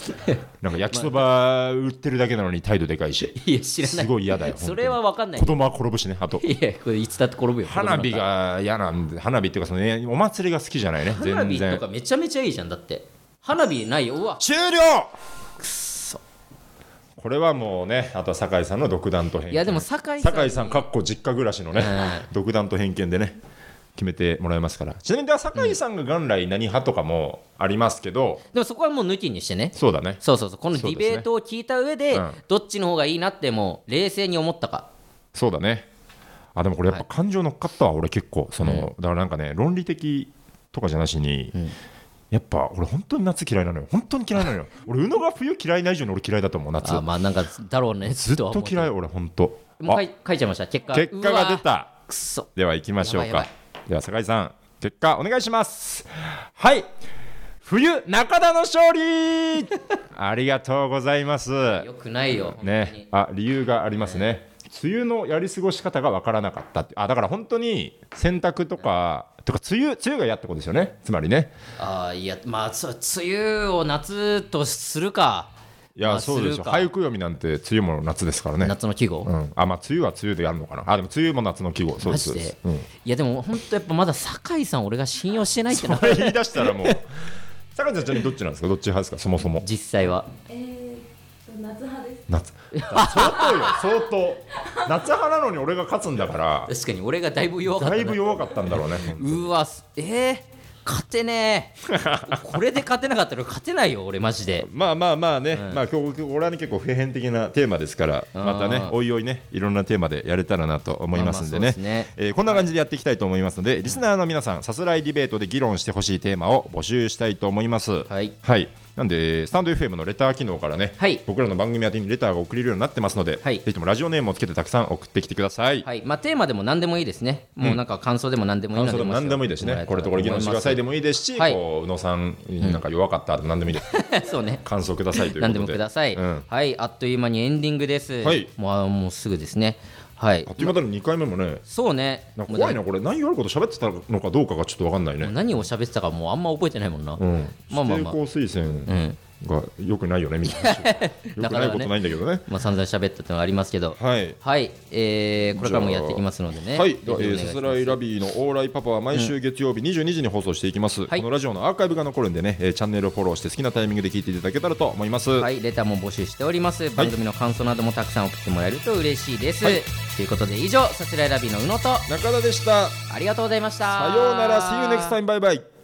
Speaker 2: なんか焼きそば売ってるだけなのに態度でかいし
Speaker 1: いや知らない
Speaker 2: すごい嫌だよ本当に
Speaker 1: それは分かんない
Speaker 2: 子供は転ぶしねあと
Speaker 1: いやこれいつだって転ぶよ
Speaker 2: 花火が嫌なんで花火っていうかその、ね、お祭りが好きじゃないね
Speaker 1: 子供なんか花
Speaker 2: 全
Speaker 1: 火と
Speaker 2: 然
Speaker 1: かめちゃめちゃいいじゃんだって花火ないよう わ
Speaker 2: 終了これはもうねあとは酒井さんの独断と偏見
Speaker 1: いやでも酒井さん
Speaker 2: 酒井さんかっこ実家暮らしのね独断と偏見でね決めてもらいますからちなみにでは酒井さんが元来何派とかもありますけど、
Speaker 1: でもそこはもう抜きにしてね
Speaker 2: そうだね
Speaker 1: そうそうそうこのデ
Speaker 2: そう
Speaker 1: ィ
Speaker 2: ですね
Speaker 1: ベートを聞いた上で
Speaker 2: うん
Speaker 1: どっちの方がいいなってもう冷静に思ったか
Speaker 2: そうだねあでもこれやっぱ感情乗っかったわ、俺結構その、だからなんかね論理的とかじゃなしに、やっぱ俺本当に夏嫌いなのよ本当に嫌いな のよ俺宇野が冬嫌いな以上に俺嫌いだと思う夏
Speaker 1: あーまあなんかだろうね
Speaker 2: ずっ
Speaker 1: は思
Speaker 2: と
Speaker 1: う
Speaker 2: 嫌い俺本当
Speaker 1: もう書
Speaker 2: あ
Speaker 1: い書いちゃいました結果
Speaker 2: 結果が出
Speaker 1: うわ
Speaker 2: た
Speaker 1: ーくそ
Speaker 2: では行きましょう
Speaker 1: やばい
Speaker 2: か
Speaker 1: や
Speaker 2: では酒井さん結果お願いしますはい冬中田の勝 利ありがとうございます
Speaker 1: よくないよ本当に
Speaker 2: ね、あ理由がありますね、梅雨のやり過ごし方が分からなかったってあだから本当に洗濯とか、とか梅雨梅雨が嫌ってことですよねつまりね
Speaker 1: ああいやまあそう梅雨を夏とするか
Speaker 2: いや、
Speaker 1: まあ
Speaker 2: そうです
Speaker 1: す
Speaker 2: よ
Speaker 1: るか
Speaker 2: 俳句読みなんて梅雨も夏ですからね、
Speaker 1: 夏の季語、
Speaker 2: うん、あまあ梅雨は梅雨でやるのかなあでも梅雨も夏の季語そ
Speaker 1: マ
Speaker 2: うで
Speaker 1: ジ
Speaker 2: すそう
Speaker 1: で
Speaker 2: です、うん、
Speaker 1: いやでも本当やっぱまだ酒井さん俺が信用してないってな
Speaker 2: これ 言い出したらもう坂井さんちなみにどっちなんですかどっち派ですかそもそも
Speaker 1: 実際は
Speaker 3: えー、夏派です。
Speaker 2: 夏相当よ相当夏派なのに俺が勝つんだから
Speaker 1: 確かに俺が だいぶ弱かった
Speaker 2: だい
Speaker 1: な
Speaker 2: ぶ弱かったんだろうね本当に
Speaker 1: うわすえー、勝てねえ これで勝てなかったら勝てないよ俺マジで
Speaker 2: まあまあまあね、まあ今日俺はね結構普遍的なテーマですから
Speaker 1: うん
Speaker 2: またねおいおいねいろんなテーマでやれたらなと思いますん
Speaker 1: ま
Speaker 2: でね,、
Speaker 1: あまあそうですね
Speaker 2: えーこんな感じでやっていきたいと思いますので、リスナーの皆さんさすらいディベートで議論してほしいテーマを募集したいと思います
Speaker 1: はい
Speaker 2: なんでスタンド FM のレター機能からね、
Speaker 1: はい
Speaker 2: 僕らの番組宛てにレターが送れるようになってますので、
Speaker 1: はい
Speaker 2: ぜひともラジオネームをつけてたくさん送ってきてください、
Speaker 1: はいまあテーマでも何でもいいですねもうなんか感想でも何でもいい
Speaker 2: 感
Speaker 1: の
Speaker 2: 想
Speaker 1: で
Speaker 2: でも何でもいいですね、これとこれ議論してくださいでもいいですし、
Speaker 1: はい
Speaker 2: こう宇野さん、なんか弱かったとか何でもい いです、
Speaker 1: も そうね
Speaker 2: 感想くださいということで。
Speaker 1: 何でもください、
Speaker 2: うん
Speaker 1: はいあっという間にエンディングです、
Speaker 2: はい
Speaker 1: もうあもうすぐですねはい
Speaker 2: あっという間だね、2回目もね、
Speaker 1: そうね
Speaker 2: なんか怖いな、これ、内容あること喋ってたのかどうかがちょっと分かんないね。
Speaker 1: 何を喋ってたかもうあんま覚えてないもんな、
Speaker 2: うん、
Speaker 1: まあまあ
Speaker 2: 指
Speaker 1: ま
Speaker 2: 定
Speaker 1: あ
Speaker 2: 校推薦が良くないよね、みたいな話。良くないことないんだけどね。
Speaker 1: まあ散々喋ったってのはありますけど
Speaker 2: はい。
Speaker 1: はい、えー、これからもやっていきますのでね。
Speaker 2: はい、では、え
Speaker 1: ぜひお願いし
Speaker 2: ー
Speaker 1: ま
Speaker 2: さ
Speaker 1: す
Speaker 2: すらいラビーのオーライパパは毎週月曜日22時に放送していきます。
Speaker 1: はい
Speaker 2: このラジオのアーカイブが残るんでね、えーチャンネルをフォローして好きなタイミングで聞いていただけたらと思います。
Speaker 1: は
Speaker 2: はい、
Speaker 1: い、レターも募集しております。番組の感想などもたくさん送ってもらえると嬉しいです。
Speaker 2: はい
Speaker 1: ということで、以上、さすらいラビーの宇野と、
Speaker 2: 中田でした。
Speaker 1: ありがとうございました。
Speaker 2: さようなら、See you next time, bye bye.